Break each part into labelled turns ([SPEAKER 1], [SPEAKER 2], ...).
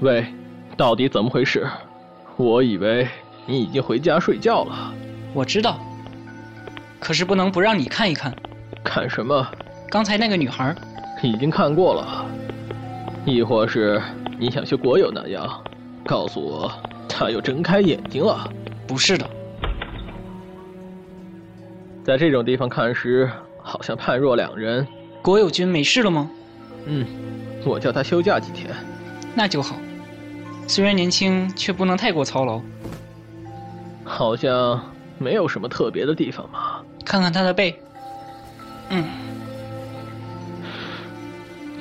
[SPEAKER 1] 喂，到底怎么回事？我以为你已经回家睡觉了。
[SPEAKER 2] 我知道，可是不能不让你看一看。
[SPEAKER 1] 看什么？
[SPEAKER 2] 刚才那个女孩，
[SPEAKER 1] 已经看过了。亦或是你想学国友那样，告诉我她又睁开眼睛了？
[SPEAKER 2] 不是的，
[SPEAKER 1] 在这种地方看时，好像判若两人。
[SPEAKER 2] 国友君没事了吗？
[SPEAKER 1] 嗯，我叫他休假几天。
[SPEAKER 2] 那就好。虽然年轻，却不能太过操劳。
[SPEAKER 1] 好像没有什么特别的地方嘛。
[SPEAKER 2] 看看她的背，嗯，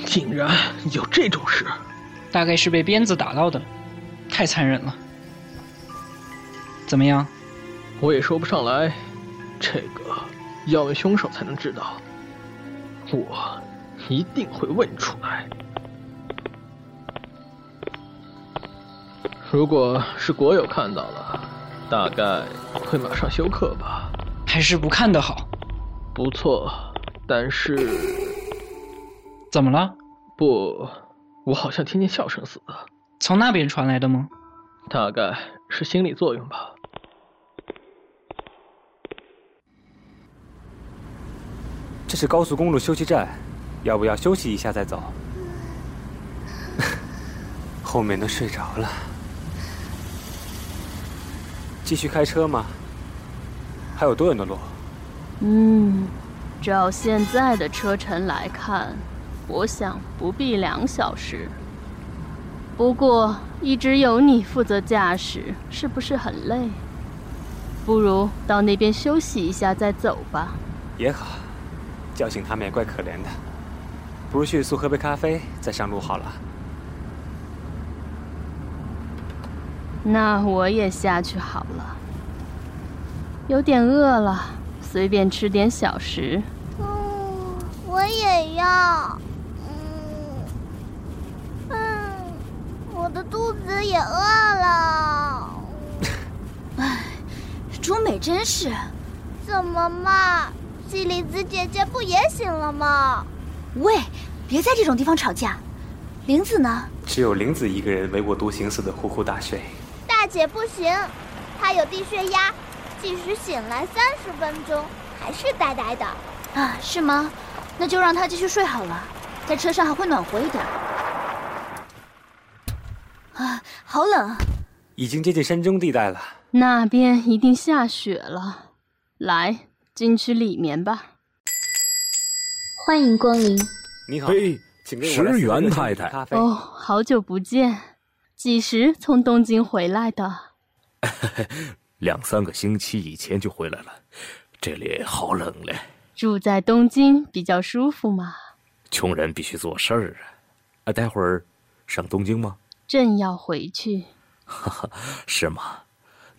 [SPEAKER 1] 竟然有这种事！
[SPEAKER 2] 大概是被鞭子打到的，太残忍了。怎么样？
[SPEAKER 1] 我也说不上来，这个要问凶手才能知道。我一定会问出来。如果是国友看到了，大概会马上休克吧。
[SPEAKER 2] 还是不看的好。
[SPEAKER 1] 不错，但是
[SPEAKER 2] 怎么了？
[SPEAKER 1] 不，我好像听见笑声似的，
[SPEAKER 2] 从那边传来的吗？
[SPEAKER 1] 大概是心理作用吧。
[SPEAKER 3] 这是高速公路休息站，要不要休息一下再走？ 后面都睡着了，继续开车吗？还有多远的路？
[SPEAKER 4] 嗯，照现在的车程来看，我想不必两小时。不过一直有你负责驾驶，是不是很累？不如到那边休息一下再走吧。
[SPEAKER 3] 也好，叫醒他们也怪可怜的，不如迅速喝杯咖啡再上路好了。
[SPEAKER 4] 那我也下去好了，有点饿了，随便吃点小食。
[SPEAKER 5] 嗯，我也要。嗯嗯，我的肚子也饿了，
[SPEAKER 6] 中美真是，
[SPEAKER 5] 怎么嘛？西里子姐姐不也醒了吗？
[SPEAKER 6] 喂，别在这种地方吵架。玲子呢？
[SPEAKER 3] 只有玲子一个人唯我独行似的呼呼大睡。
[SPEAKER 5] 大姐不行，她有低血压，即使醒来三十分钟，还是呆呆的。
[SPEAKER 6] 啊，是吗？那就让她继续睡好了，在车上还会暖和一点。啊，好冷啊！
[SPEAKER 3] 已经接近山中地带了，
[SPEAKER 4] 那边一定下雪了，来，进去里面吧。
[SPEAKER 7] 欢迎光临，
[SPEAKER 3] 你好，
[SPEAKER 8] 嘿
[SPEAKER 3] 请给我来
[SPEAKER 8] 石
[SPEAKER 3] 四个
[SPEAKER 8] 原
[SPEAKER 3] 珍珠
[SPEAKER 8] 太太
[SPEAKER 3] 咖啡。
[SPEAKER 4] 哦，好久不见，几时从东京回来的？
[SPEAKER 8] 两三个星期以前就回来了，这里好冷嘞。
[SPEAKER 4] 住在东京比较舒服嘛。
[SPEAKER 8] 穷人必须做事儿啊！啊，待会儿上东京吗？
[SPEAKER 4] 正要回去，
[SPEAKER 8] 是吗？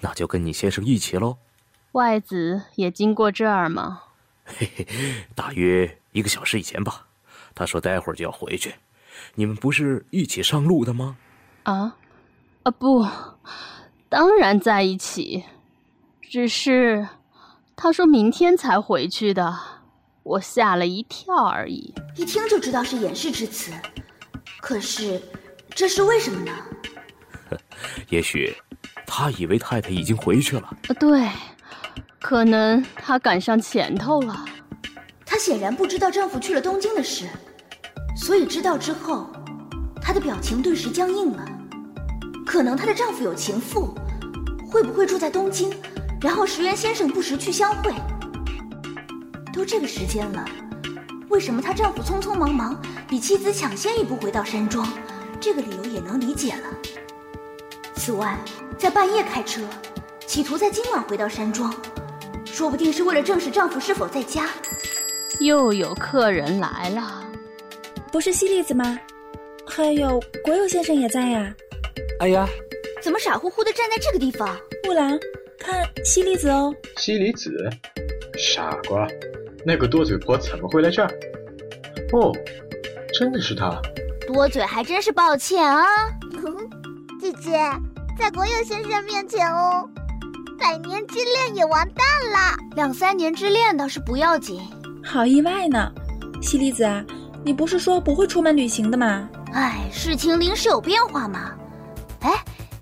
[SPEAKER 8] 那就跟你先生一起喽。
[SPEAKER 4] 外子也经过这儿吗？
[SPEAKER 8] 大约一个小时以前吧，他说待会儿就要回去。你们不是一起上路的吗？
[SPEAKER 4] 啊，啊不，当然在一起，只是他说明天才回去的，我吓了一跳而已。
[SPEAKER 6] 一听就知道是掩饰之词。可是，这是为什么呢？
[SPEAKER 8] 也许他以为太太已经回去了。
[SPEAKER 4] 啊对，可能他赶上前头了。
[SPEAKER 6] 她显然不知道丈夫去了东京的事，所以知道之后，她的表情顿时僵硬了。可能她的丈夫有情妇，会不会住在东京？然后石原先生不时去相会。都这个时间了，为什么她丈夫匆匆忙忙，比妻子抢先一步回到山庄？这个理由也能理解了。此外，在半夜开车，企图在今晚回到山庄，说不定是为了证实丈夫是否在家。
[SPEAKER 4] 又有客人来了，
[SPEAKER 9] 不是西栗子吗？还有国有先生也在呀、
[SPEAKER 3] 哎呀，
[SPEAKER 6] 怎么傻乎乎的站在这个地方？
[SPEAKER 9] 木兰，看西栗子哦。
[SPEAKER 10] 西里子，傻瓜，那个多嘴婆怎么会来这儿？哦，真的是她。
[SPEAKER 6] 多嘴还真是抱歉啊！
[SPEAKER 5] 姐姐，在国有先生面前哦，百年之恋也完蛋了。
[SPEAKER 6] 两三年之恋倒是不要紧。
[SPEAKER 9] 好意外呢，西栗子啊，你不是说不会出门旅行的吗？
[SPEAKER 6] 哎，事情临时有变化嘛，
[SPEAKER 5] 哎，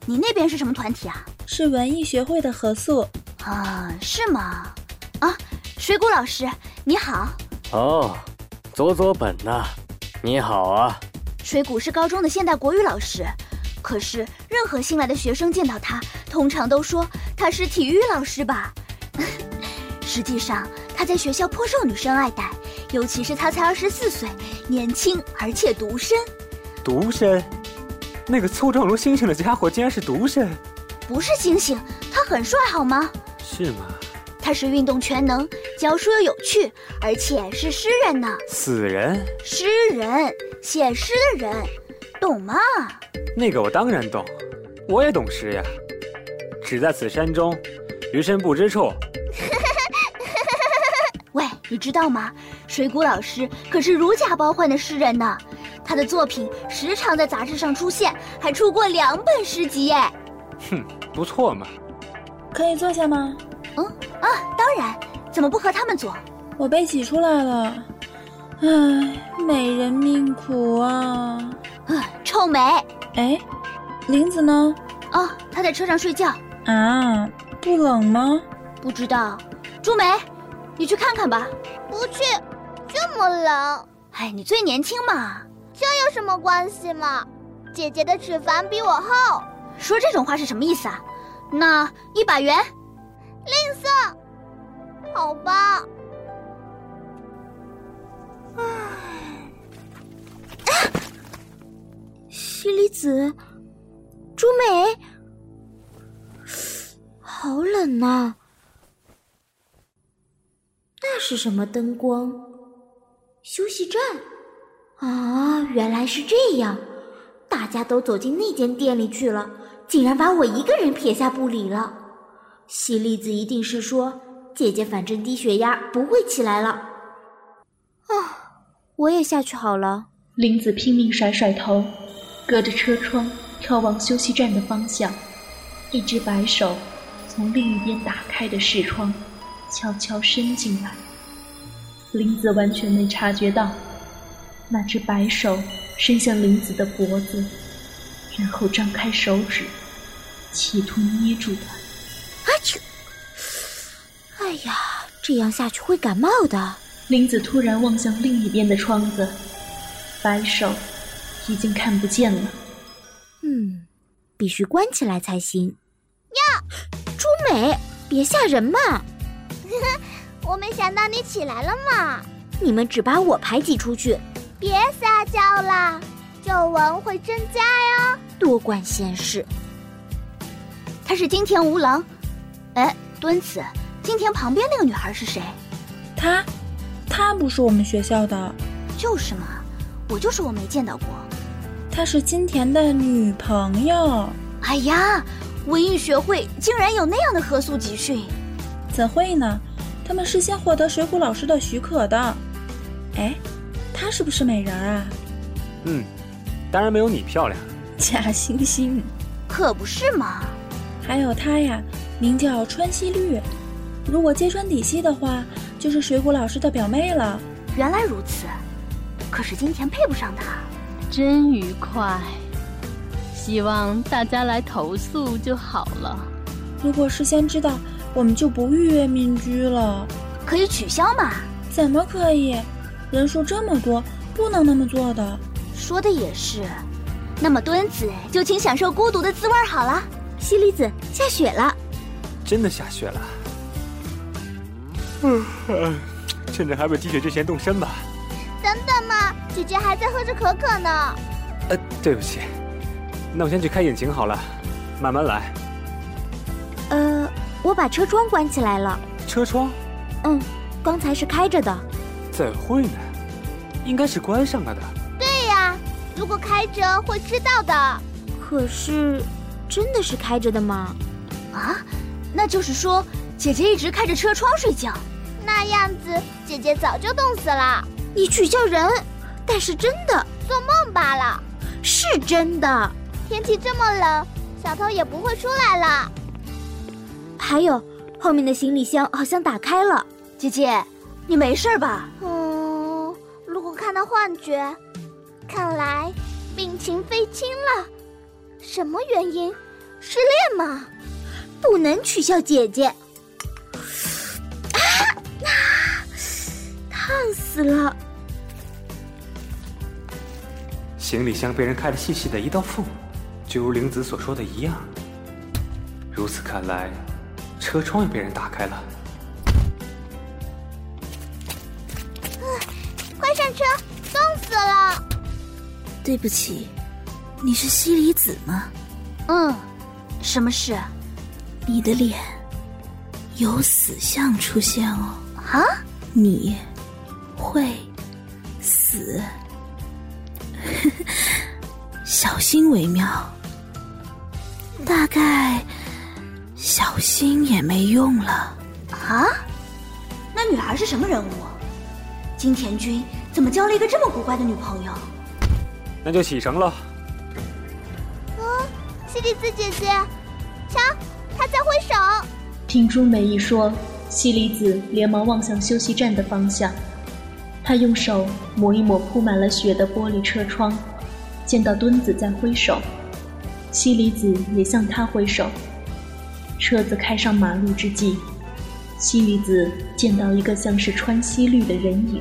[SPEAKER 5] 你那边是什么团体啊？
[SPEAKER 9] 是文艺学会的合宿。
[SPEAKER 5] 啊，是吗？啊，水谷老师，你好。
[SPEAKER 11] 哦，佐佐本呐、你好啊。
[SPEAKER 5] 水谷是高中的现代国语老师，可是任何新来的学生见到他，通常都说他是体育老师吧。 实际上，他在学校颇受女生爱戴，尤其是他才二十四岁，年轻而且独身。
[SPEAKER 3] 独身？那个粗壮如猩猩的家伙竟然是独身，
[SPEAKER 5] 不是猩猩，他很帅好吗？
[SPEAKER 3] 是吗？
[SPEAKER 5] 他是运动全能，教书又有趣，而且是诗人呢。
[SPEAKER 3] 死人？
[SPEAKER 5] 诗人，写诗的人，懂吗？
[SPEAKER 3] 那个我当然懂，我也懂诗呀。只在此山中，余身不知处。
[SPEAKER 5] 喂，你知道吗？水谷老师可是如假包换的诗人呢，他的作品时常在杂志上出现，还出过两本诗集耶。
[SPEAKER 3] 哼，不错嘛。
[SPEAKER 9] 可以坐下吗？
[SPEAKER 5] 嗯啊，当然，怎么不和他们坐？
[SPEAKER 9] 我被挤出来了，唉，美人命苦啊！
[SPEAKER 5] 啊，臭美
[SPEAKER 9] 哎，林子呢？
[SPEAKER 5] 哦，他在车上睡觉，
[SPEAKER 9] 啊，不冷吗？
[SPEAKER 5] 不知道。朱梅，你去看看吧。
[SPEAKER 12] 不去，这么冷，
[SPEAKER 5] 哎，你最年轻嘛，
[SPEAKER 12] 这有什么关系嘛？姐姐的脂肪比我厚，
[SPEAKER 5] 说这种话是什么意思啊？那一百元，
[SPEAKER 12] 吝啬。好吧，
[SPEAKER 13] 西离子，朱美，好冷呐、那是什么灯光？休息站？啊，原来是这样！大家都走进那间店里去了，竟然把我一个人撇下不理了。西栗子一定是说，姐姐反正低血压不会起来了。啊，我也下去好了。
[SPEAKER 6] 林子拼命甩甩头，隔着车窗眺望休息站的方向，一只白手从另一边打开的视窗悄悄伸进来。林子完全没察觉到，那只白手伸向林子的脖子，然后张开手指，企图捏住他。
[SPEAKER 13] 啊嚏！哎呀，这样下去会感冒的。
[SPEAKER 6] 林子突然望向另一边的窗子，白手已经看不见了。
[SPEAKER 13] 嗯，必须关起来才行。呀，朱美，别吓人嘛！
[SPEAKER 12] 我没想到你起来了嘛！
[SPEAKER 13] 你们只把我排挤出去，
[SPEAKER 12] 别撒娇啦，皱纹会增加哟。
[SPEAKER 13] 多管闲事。
[SPEAKER 5] 他是金田吾郎。哎，敦子，金田旁边那个女孩是谁？
[SPEAKER 9] 她，她不是我们学校的，
[SPEAKER 5] 就是嘛，我就说我没见到过。
[SPEAKER 9] 她是金田的女朋友。
[SPEAKER 5] 哎呀，文艺学会竟然有那样的合宿集训！
[SPEAKER 9] 怎会呢？他们是先获得水谷老师的许可的。哎，她是不是美人儿啊？
[SPEAKER 3] 嗯，当然没有你漂亮。
[SPEAKER 9] 假惺惺。
[SPEAKER 5] 可不是嘛。
[SPEAKER 9] 还有她呀，名叫川西绿，如果揭穿底细的话，就是水谷老师的表妹了。
[SPEAKER 5] 原来如此，可是金田配不上她。
[SPEAKER 4] 真愉快。希望大家来投诉就好了。
[SPEAKER 9] 如果事先知道，我们就不预约民居了。
[SPEAKER 5] 可以取消嘛？
[SPEAKER 9] 怎么可以？人数这么多，不能那么做的。
[SPEAKER 5] 说的也是。那么敦子就请享受孤独的滋味儿好了。
[SPEAKER 13] 西离子，下雪了。
[SPEAKER 3] 真的下雪了。嗯，呃趁着还没积雪之前动身吧。
[SPEAKER 12] 等等嘛，姐姐还在喝着可可呢。
[SPEAKER 3] 呃，对不起，那我先去开引擎好了，慢慢来。
[SPEAKER 13] 呃，我把车窗关起来了。
[SPEAKER 3] 车窗
[SPEAKER 13] 嗯，刚才是开着的。
[SPEAKER 3] 怎会呢？应该是关上了的。
[SPEAKER 12] 对呀、如果开着会知道的。
[SPEAKER 13] 可是，真的是开着的吗？
[SPEAKER 5] 啊，那就是说，姐姐一直开着车窗睡觉。
[SPEAKER 12] 那样子，姐姐早就冻死了，
[SPEAKER 13] 你取笑人，但是真的
[SPEAKER 12] 做梦罢了。
[SPEAKER 13] 是真的。
[SPEAKER 12] 天气这么冷，小偷也不会出来了。
[SPEAKER 13] 还有，后面的行李箱好像打开了。
[SPEAKER 5] 姐姐，你没事吧？
[SPEAKER 12] 嗯，如果看到幻觉，看来病情非轻了。
[SPEAKER 13] 什么原因？失恋吗？不能取笑姐姐。啊！啊烫死了！
[SPEAKER 3] 行李箱被人开了细细的一道缝，就如玲子所说的一样。如此看来，车窗也被人打开了。
[SPEAKER 12] 快上车，冻死了！
[SPEAKER 14] 对不起，你是西离子吗？
[SPEAKER 5] 嗯，什么事？
[SPEAKER 14] 你的脸有死相出现哦。
[SPEAKER 5] 啊？
[SPEAKER 14] 你会死， 小心为妙。大概小心也没用了。
[SPEAKER 5] 啊？那女孩是什么人物？啊金田君怎么交了一个这么古怪的女朋友？
[SPEAKER 3] 那就启程了。
[SPEAKER 12] 嗯，西里子姐姐，瞧，她在挥手。
[SPEAKER 6] 听朱梅一说，西里子连忙望向休息站的方向。她用手抹一抹铺满了雪的玻璃车窗，见到墩子在挥手，西里子也向他挥手。车子开上马路之际。西离子见到一个像是穿西绿的人影，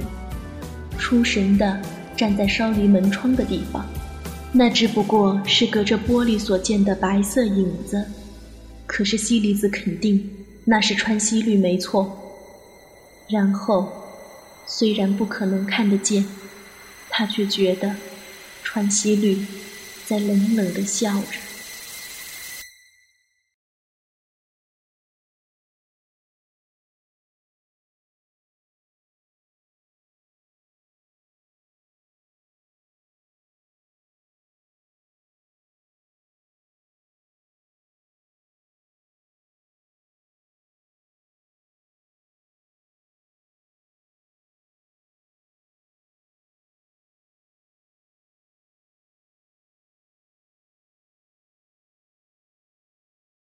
[SPEAKER 6] 出神的站在烧离门窗的地方，那只不过是隔着玻璃所见的白色影子。可是西离子肯定那是穿西绿没错。然后，虽然不可能看得见，他却觉得穿西绿在冷冷的笑着。